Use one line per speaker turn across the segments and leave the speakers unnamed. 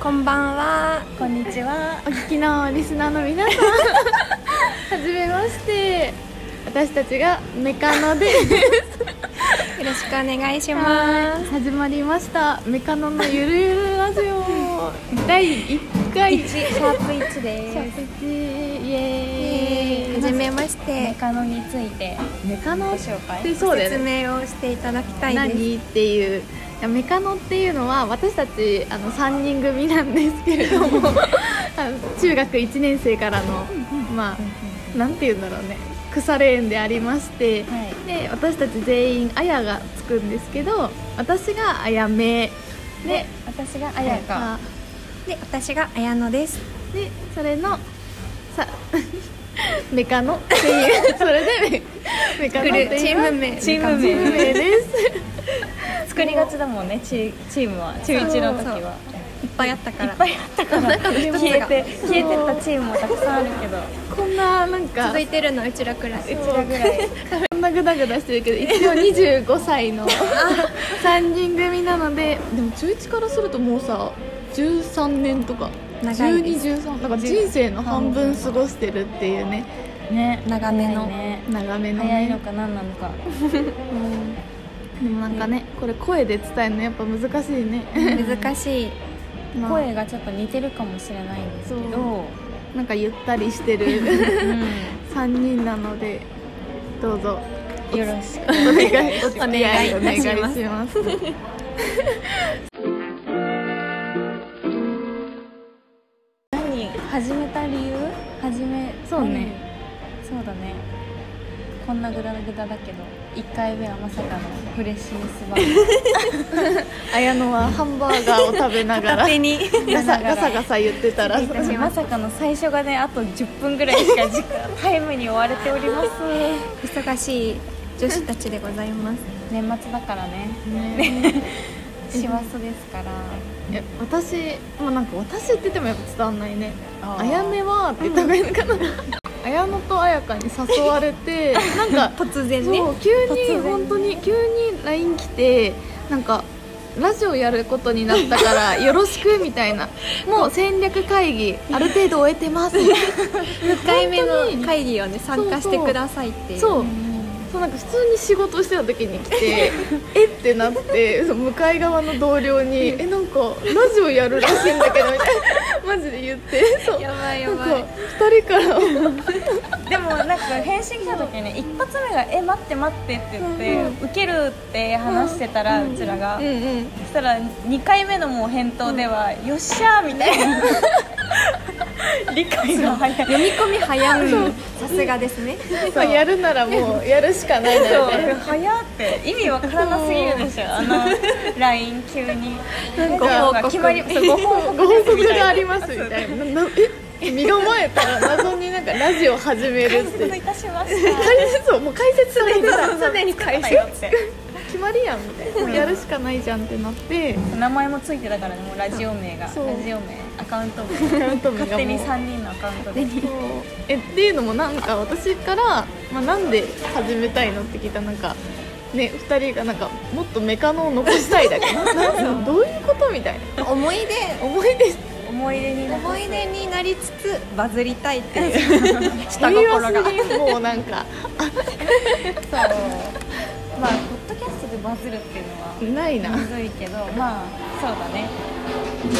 こんばんは。
こんにちは
お聞きのリスナーの皆さんはじめまして私たちがメカノで
よろしくお願いします。
始まりましたメカノのゆるゆるラジオ第1回 シ
シャープ1で
ャ
す
プチイエー
は
イ
じめまして
メ。カノについて
メカ
ご
ノっ
紹介
てそうだよ
説
ね
明をしていただきたいです。
何っていういやメカノっていうのは私たちあの3人組なんですけれど もあの中学1年生からのまあなんて言うんだろうね腐れ縁でありまして、
はい
で私たち全員あやがつくんですけど私があやめ
で
で
私が彩香
あ
で、私が綾乃です。
でそれのさ メカノっていうそれでメメカノっていう
チーム名
チーム名です
作りがちだもんねチチームは中1の時はい
っぱいあったから。
消えて消えてったチームもたくさんあるけど
こんななんか
続いてるのうちらくらい。
うちらぐらい
こんなグダグダしてるけど一応25歳の3人組なのででも中1からするともうさ13年とか
長いです
1213だから人生の半分過ごしてるっていうね
ね
長めの
早いね
長めのね
早いのか何なのか
でもなんかねこれ声で伝えるのやっぱ難しいね、
難しい。
まあ
声がちょっと似てるかもしれないんですけ
そ
ど
なんかゆったりして る
うん
3人なのでどうぞ
よろしく
お願いお付き
お
合
願
い
い
お
い
願
た
い
します
します
何始めた理由始め
そうね
そうだねこんなグダグダだけど1回目はまさかのフレッシュネスバ ー
綾乃はハンバーガーを食べながら
手 に。
ガサガサガサ言ってたら
失礼いたし
ま
ま
さかの最初がねあと10分ぐらいしか時間タイムに追われております
忙しい女子たちでございます。
年末だからね
ね
師走ですから
いや私もうなんか私って言ってもやっぱ伝わんないね
あ
「
ー
あやめは」って言った方がいいのかな、 あやのとあやかに誘われてなんか
突然ね。
そう急
突然
に
ね
本当に急に LINE 来てなんかラジオやることになったから よろしくみたいなもう戦略会議ある程度終えて ます
一回目
本当
の
に
会議をね参加してくださいっていう。
そう
うん
そうなんか普通に仕事してた時に来て えってなってそう向かい側の同僚に「えなんかラジオやるらしいんだけど」みたいな マジで言ってそう
やばい
な
や
んか
ばい。
2人から
でもなんか返信来た時ね一発目が「え待って待って」って言って、
うん
受けるって話してたら、うちらが、
うんうん
そしたら2回目のもう返答では「よっしゃー」みたいな 理解が早い
読み込み早い。さすがですね。
まあやるならもうやるしかないだ
そう
よね
早って意味わからなすぎるでしょあの LINE 急に
なん
ご
か
報告決まりそうご報告
ご報告
みたいな
がありますみたいなななえ身構えたら謎になんかラジオ始める
解
って
説いたしまし
解説をもう解説されてた
た常に解説って
決まりやんみたいなもうやるしかないじゃんってなって
名前もついてたからねもうラジオ名がラジ
そ
オ
う
名アカウント 名
アカウント名がもう
勝手に3人のアカウントで
そうえっていうのもなんか私から、まあ、なんで始めたいのって聞いたらなんかね2人がなんかもっとメカノを残したいだけどなんかどういうことみたいな
思い出
思い出
思い出に残
思
す
い出になりつつバズりたいっていう下心が
言い忘れもうなんか
そうまあポッドキャストでバズるっていうのは
ないな
むずいけどまあそうだね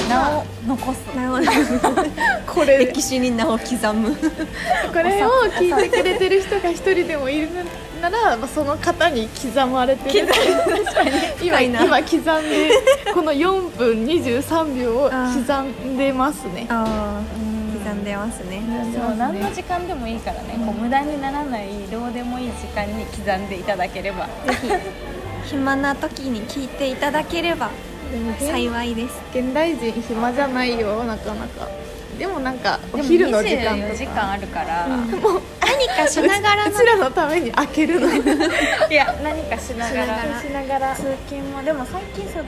名を残す
なるほど
これ
歴史に名を刻む
これを聞いてくれてる人が一人でもいるなら、まあ、その方に刻まれてる今
深いな
今刻んでこの4分23秒を刻んでますね
ああ刻んでますね
そう何の時間でもいいからね、こう無駄にならないどうでもいい時間に刻んでいただければ
暇な時に聞いていただければ
でも
幸いです
現代人暇じゃないよなかなかでもなんかお昼の時間
でも24
と
時
か
間あるから、
何かしながら
う
の
ちらのために開けるの
いや何かしながら
しながら
通勤もでも最近その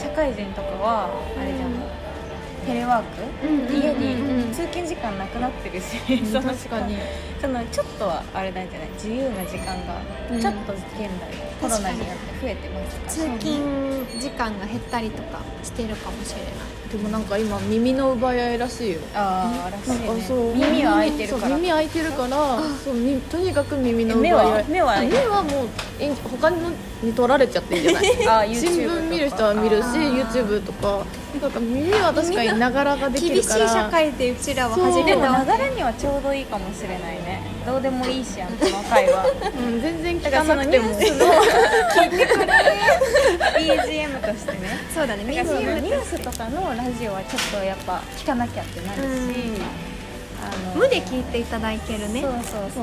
社会人とかはあれじゃん、テレワーク、
うんうんうん
家
うん
に通勤時間なくなってるし、その時間
確かに
そのちょっとはあれなんじゃない自由な時間が、
うん
ちょっと現代
確
ロナによって増えてますから
通勤時間が減ったりとかしてるかもしれない
でもなんか今耳の奪い合いらしいよ
ああらしい
なんかそう
ね耳は開いてる
そ
から
う耳開いてるからそうみとにかく耳の奪い
え目
合
はい目は
あ
開い
目
てる
はもういい他のに取られちゃっていいんじゃない
あ
新聞見る人は見るし YouTube とかなんか耳は確かにながらができ
厳
る
しい
から
社会でうちらは
そう
始
で
め
も
た
ながらにはちょうどいいかもしれないねどうでもいいしあんたの会話
うん、全然聞
だから
か
そ
な
の
く
ニ
て
ュ
も
ースの聞いてくれる BGM としてね
そうだね
だからそのニュースとかのラジオはちょっとやっぱ聞かなきゃってなるし、あの
無で聞いていただけるね
そうそ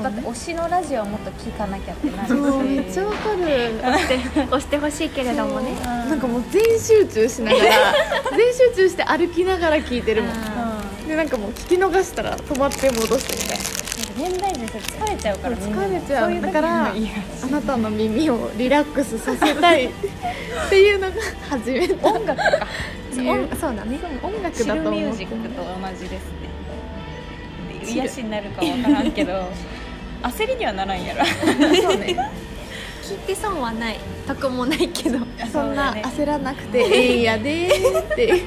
そ
うそう、
うね
だって推しのラジオはもっと聞かなきゃってなるし
そうめっちゃわかる
押して押してほしいけれどもね
なんかもう全集中しなが ら全集中して歩きながら聞いてるもん
う
でなんかもう聞き逃したら止まって戻してみたいな
年代人それ疲れちゃうからみんな
疲れちゃう
そい時
だから
にいや
あなたの耳をリラックスさせた いっていうのが初めて音楽か
そう音そうだね
音楽
チ
だ
ル
と
ミュ
思
ー
う
ジックと同じですね癒しになるかわからんけど焦りにはならんや ろ
そうね
聞いて損はない得もないけどいい
そんな
そうだね
焦らなくてええんやでーって
や
確
ね
か
え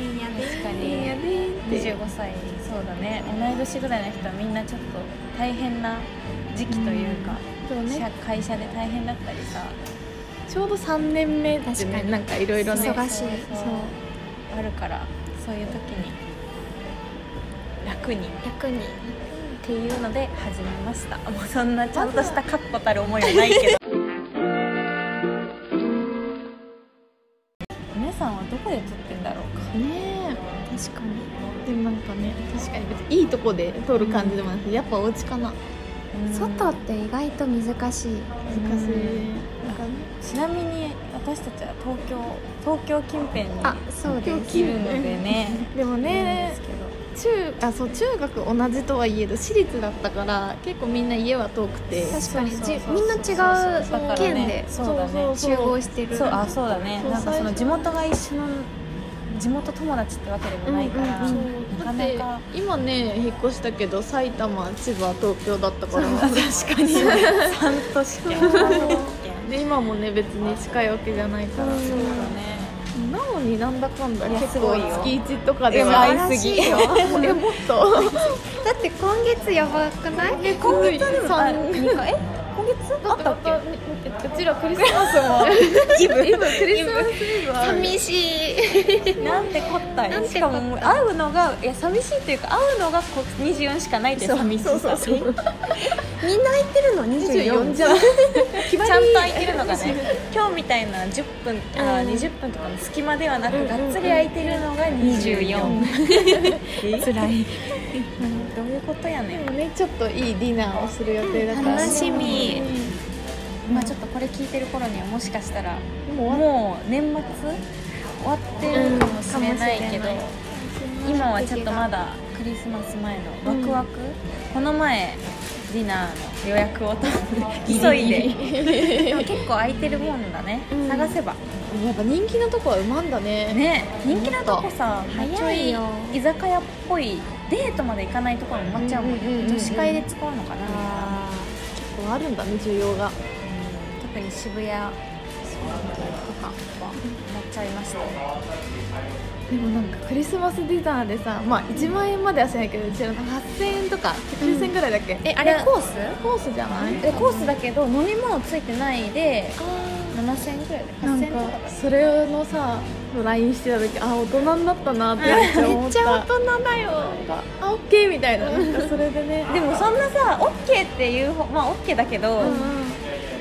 えん
に
やでーって
25歳そうだね同い年ぐらいの人はみんなちょっと大変な時期というか、
そう
社
ね
会社で大変だったりさ
ちょうど3年目って
確か
ね
に
なんかいろいろね
忙しい
そうあるからそういう時に楽にっ
役に
ていうので始めました もうそんなちゃんとした確固たる思いはないけど 皆さんはどこで撮ってんだろうか
ね
確かに
えでもなんかね確かに別にいいとこで撮る感じでもなくてやっぱお家かな
外って意外と難しい
難しいなんかね
ちなみに私たちは東京東京近辺に
あそうで
生
す
きるのでね
でも
なんで
ね
すけど
中あそう中学同じとはいえど私立だったから結構みんな家は遠くて
確かに
そう
じ
そうそう
みんな違
だから
う
ね
県で
そうだね
そうそう
集合してる
そうあそうだね
そう
なんかそ
最
の
初
地元が一緒の地元友達ってわけでもないから、
うんうんうん
な
だ
か
っ
な
て
か
今ね引っ越したけど埼玉千葉東京だったから
確かに三都市圏
で今もね別に近いわけじゃないから
そうだね
なおになんだかんだ
いや
結
す
構
ごいよ
月1とか
で
で
も
は
会いすぎ
素晴らしい よ
いやもっと
だって今月やばくない
え今月でも
あ
あ
二回え今月あったっけ
うちらクリスマスもイブイブクリスマスイブある
寂しい
なんてこった
なんてこった
いしかももう会うのがいや寂しいというか会うのがこう24しかないって寂しさ
そうそうそう
ち
みんな空いてるの24
24
じ
じゃん
ゃんと空いてるのがね 今日みたいな10分あー20分とかの隙間ではなく、がっつり空いてるのが24 辛いどういうことやね
で
ん
もねちょっといいディナーをする予定だから、
楽しみ
まあちょっとこれ聞いてる頃にはもしかしたら
もう終わっ
もう年末終わってるかもしれないけど、
うんかもしれない
今はちょっとまだクリスマス前のワクワク、この前ディナーの予約を取って急 いででも結構空いてるもんだね、
うん
探せば
やっぱ人気のとこはうまんだね
ね人気なとこさ
っと
ちょ
早いよ
居酒屋っぽいデートまで行かないところも埋まっちゃうもん,、
うんうんうんうん
女子会で使うのかなみんな
あー結構あるんだね需要が
特に渋谷とかは埋まっちゃいましたね
でもなんかクリスマスディナーでさまあ1万円まではしないけどうちらの8000円とか9000円ぐらいだっけ、
えあれコース
コースじゃない
えコースだけど飲み物ついてないで7000円くらいで
なん
8000円とか
かそれのさ LINE してた時あ大人になったなってめっちゃ思った
人だよ
あオッケーみたいななんかそれでね
でもそんなさ OK っていうほまあ OK だけど、
うんうん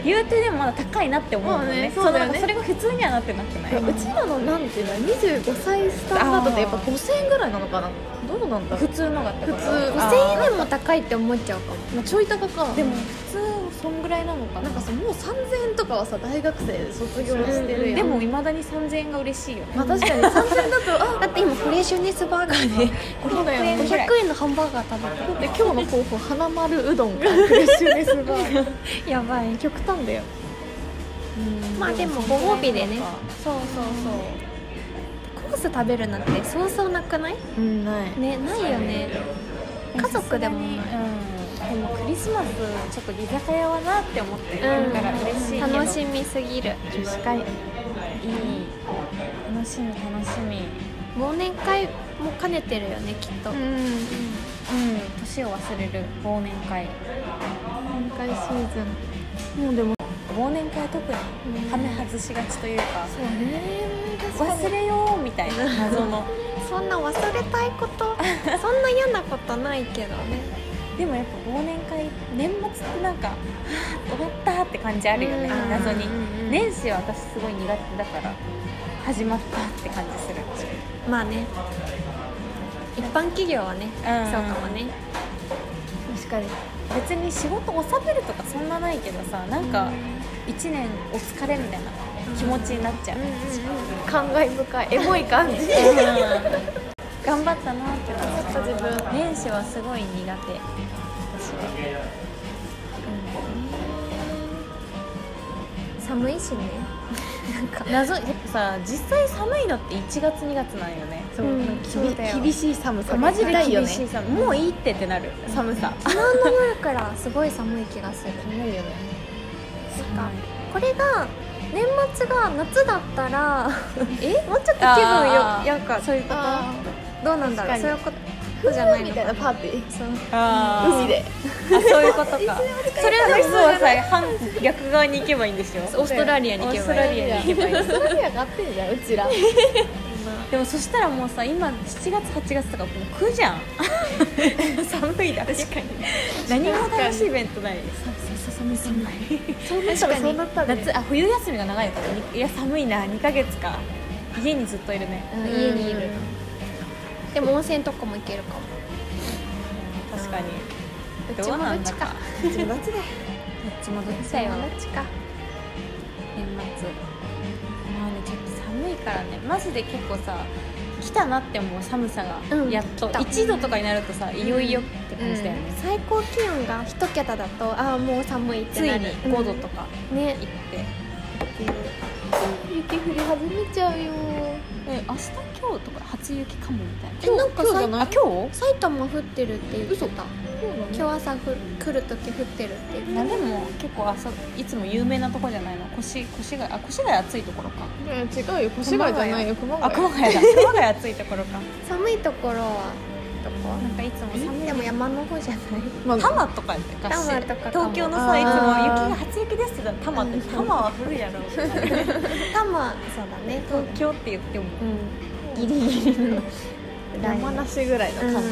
言うてでもまだ高いなって思うのね,、
まあねそうだよね
のそれが普通にはなってなくない、
うちらのなんていうの25歳スタンダードってやっぱ5000円ぐらいなのかなどうなんだろ
普
う、
通のがってこと
普通
あ
5000円でも高いって思っちゃうかも
まあ、ちょい高か
ーでも普通そんぐらいなのかな
なんかさもう3000円とかはさ大学生で卒業してるやん
でもいまだに3000円が嬉しいよね
まあ確かに3000円だ とあ
だって今フレッシュネスバーガーで
そうだよね
500円のハンバーガー食べて
だって今日の候補花丸うどんかフレッシュネスバーガー
やばい
極端だよ
うん
まあでもご褒美でね
そうそうそう
コース食べるなんてそうそうなくない
うんない
ねないよね家族でも
うん
ない
子でもクリスマスちょっと居酒屋はなって思ってるから嬉しいけど、
楽しみすぎる
女子会いい楽しみ楽しみ
忘年会も兼ねてるよねきっと、
うん年を忘れる忘年会
今回シーズンもうでも
忘年会は特にはめ外しがちというか
そうね
忘れようみたいな謎の
そんな忘れたいことそんな嫌なことないけどね
でもやっぱ忘年会年末ってなんかはあ終わったって感じあるよね
うん
謎に
うんうん
年始は私すごい苦手だから始まったって感じする
まあね一般企業はね、
うん
そうかもね
確かに
別に仕事収めるとかそんなないけどさなんか1年お疲れみたいな気持ちになっちゃう、
感慨深いエモい感 じ
頑張ったなって思
自分
う年始はすごい苦手私は
寒いしね
謎やっぱさ実際寒いのって1月2月なんよねそう、
そうだよ
厳しい寒さ
マジで
痛いよ
厳
ね
しい寒もういいってってなる寒さ
昨日の夜からすごい寒い気がする
なるよね
なんかこれが年末が夏だったらえもうちょっと気分よ
あー
よくそういうこ
あ
とどうなんだろう
確
そ
か
ういうこ
に
とじゃない
み
の
たい
か
な
な
パーティー
そう
あー
海で
あそういうこと かそれでもそうはさ反逆側に行けばいいんですよ
オーストラリアに行けばいい
オーストラリアに行けばいい
オーストラリアが合ってるじゃんうちら
でもそしたらもうさ今7月8月とかもう9じゃん 寒いだ確かに何も楽しいイベントない寒い寒い
確かにそうなったらね
夏あ冬休みが長いのからにいや寒いな2ヶ月か家にずっといるね、
うん家にいるでも温泉とかも行けるかも
確かに
うちもどっちか
どっちだどっちもどっちだよ
どっちか
年末まあねちょっと寒いからねマジで結構さ来たなって思う寒さが、
うん
やっと
来た
1度とかになるとさいよいよって感じだよね、
最高気温が一桁だとああもう寒いって
つい
な
に
る
5度とか
ね
行って、
雪降り始めちゃうよ
え明日今日とか初雪かもみたいな
えなんかさ
あ今日
埼玉降ってるって言ってた今日朝ふ来る時降ってるって言って
あでも結構あそいつも有名なとこじゃないの越越谷あ越谷暑いところか
違うよ越谷じゃないよ熊
あ
谷
熊 谷だ熊谷暑いところか
た寒いところはどこ
なんかいつも寒い
でも山の方じゃない
まあ
多摩とかだし
多摩とかかも
東京の
あ
さ
ー
いつも雪が初雪ですって言ったら多摩って多摩は降るやろ
多摩そうだね東
東京って言っても
うんギリギリのライン
山梨ぐらいの感覚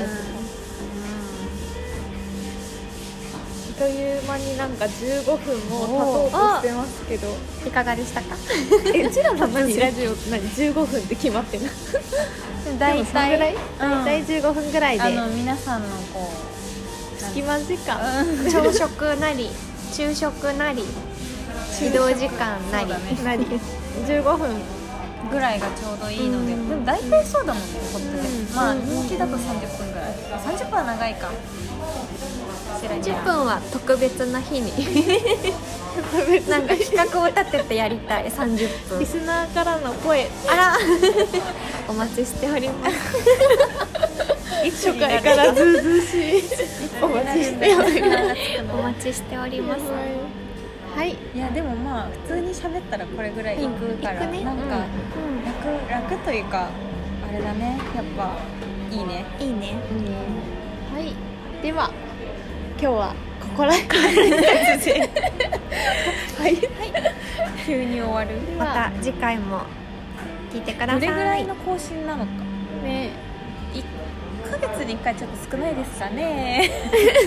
あっという間になんか15分も経とうとしてますけど
うんいかがでしたか
えうちらの何ラジオ何15分って決まってない
大
そのぐらい
体
うん
大体15分ぐらい
あ
で
の皆さんのこう
隙間時間
朝食なり昼食なり移動時間な
そう
り
だね
なり15分
ぐらいがちょうどいいので、
うん
でも大体そうだもんね、ポッドキャスト
うん
まあ人気だと30分ぐらい、30分は長いか知らんけど
10分は特別な日 になんか比較を立ててやりたい30
リ
分
スナーからの声
あら お待ちしております
初回からずうずうしいお待ちしております
お待ちしております
はい
いやでもまあ普通に喋ったらこれぐらいいくから、
うんいくね
なんか楽楽というかあれだねやっぱいいね
いいね
はいでは今日はここら辺
急に終わる
で
ま
は
た次回も聞いてくださ
ど
い
れぐらいの更新なのか
ね
1ヶ月に1回ちょっと少ないですかね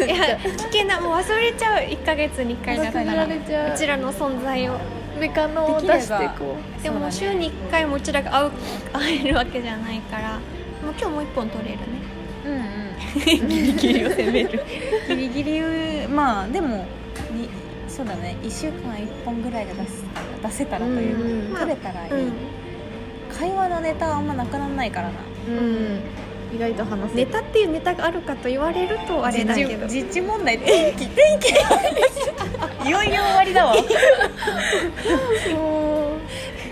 いや聞けなもう忘れちゃう1ヶ月に1回だか
忘
ら
れら
う
れちゃ
ちらの存在を
うメカノを出していこう
でも
そう
週に1回もうちらが会う会えるわけじゃないからもう今日もう1本取れるね
だねうんうんギリギリを攻めるギリギリをまあでもにそうだね1週間1本ぐらいが出す出せたらという
うん
か取れたらいい、
うん
会話のネタはあんまなくならないからな
うん意外と話せ
ネ
る
タっていうネタがあるかと言われるとあれだけど
実地実地問題天気天気いよいよ終わりだわ
も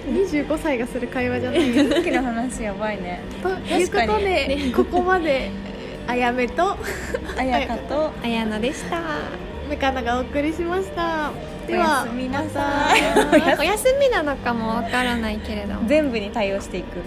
う25歳がする会話じゃない
天気の話やばいね
ということで、ここまであやめと
あやかと
あやので した。
メカナがお送りしましたで
お
は
やすみなさい
また
お休みなのかもわからないけれども。
全部に対応していく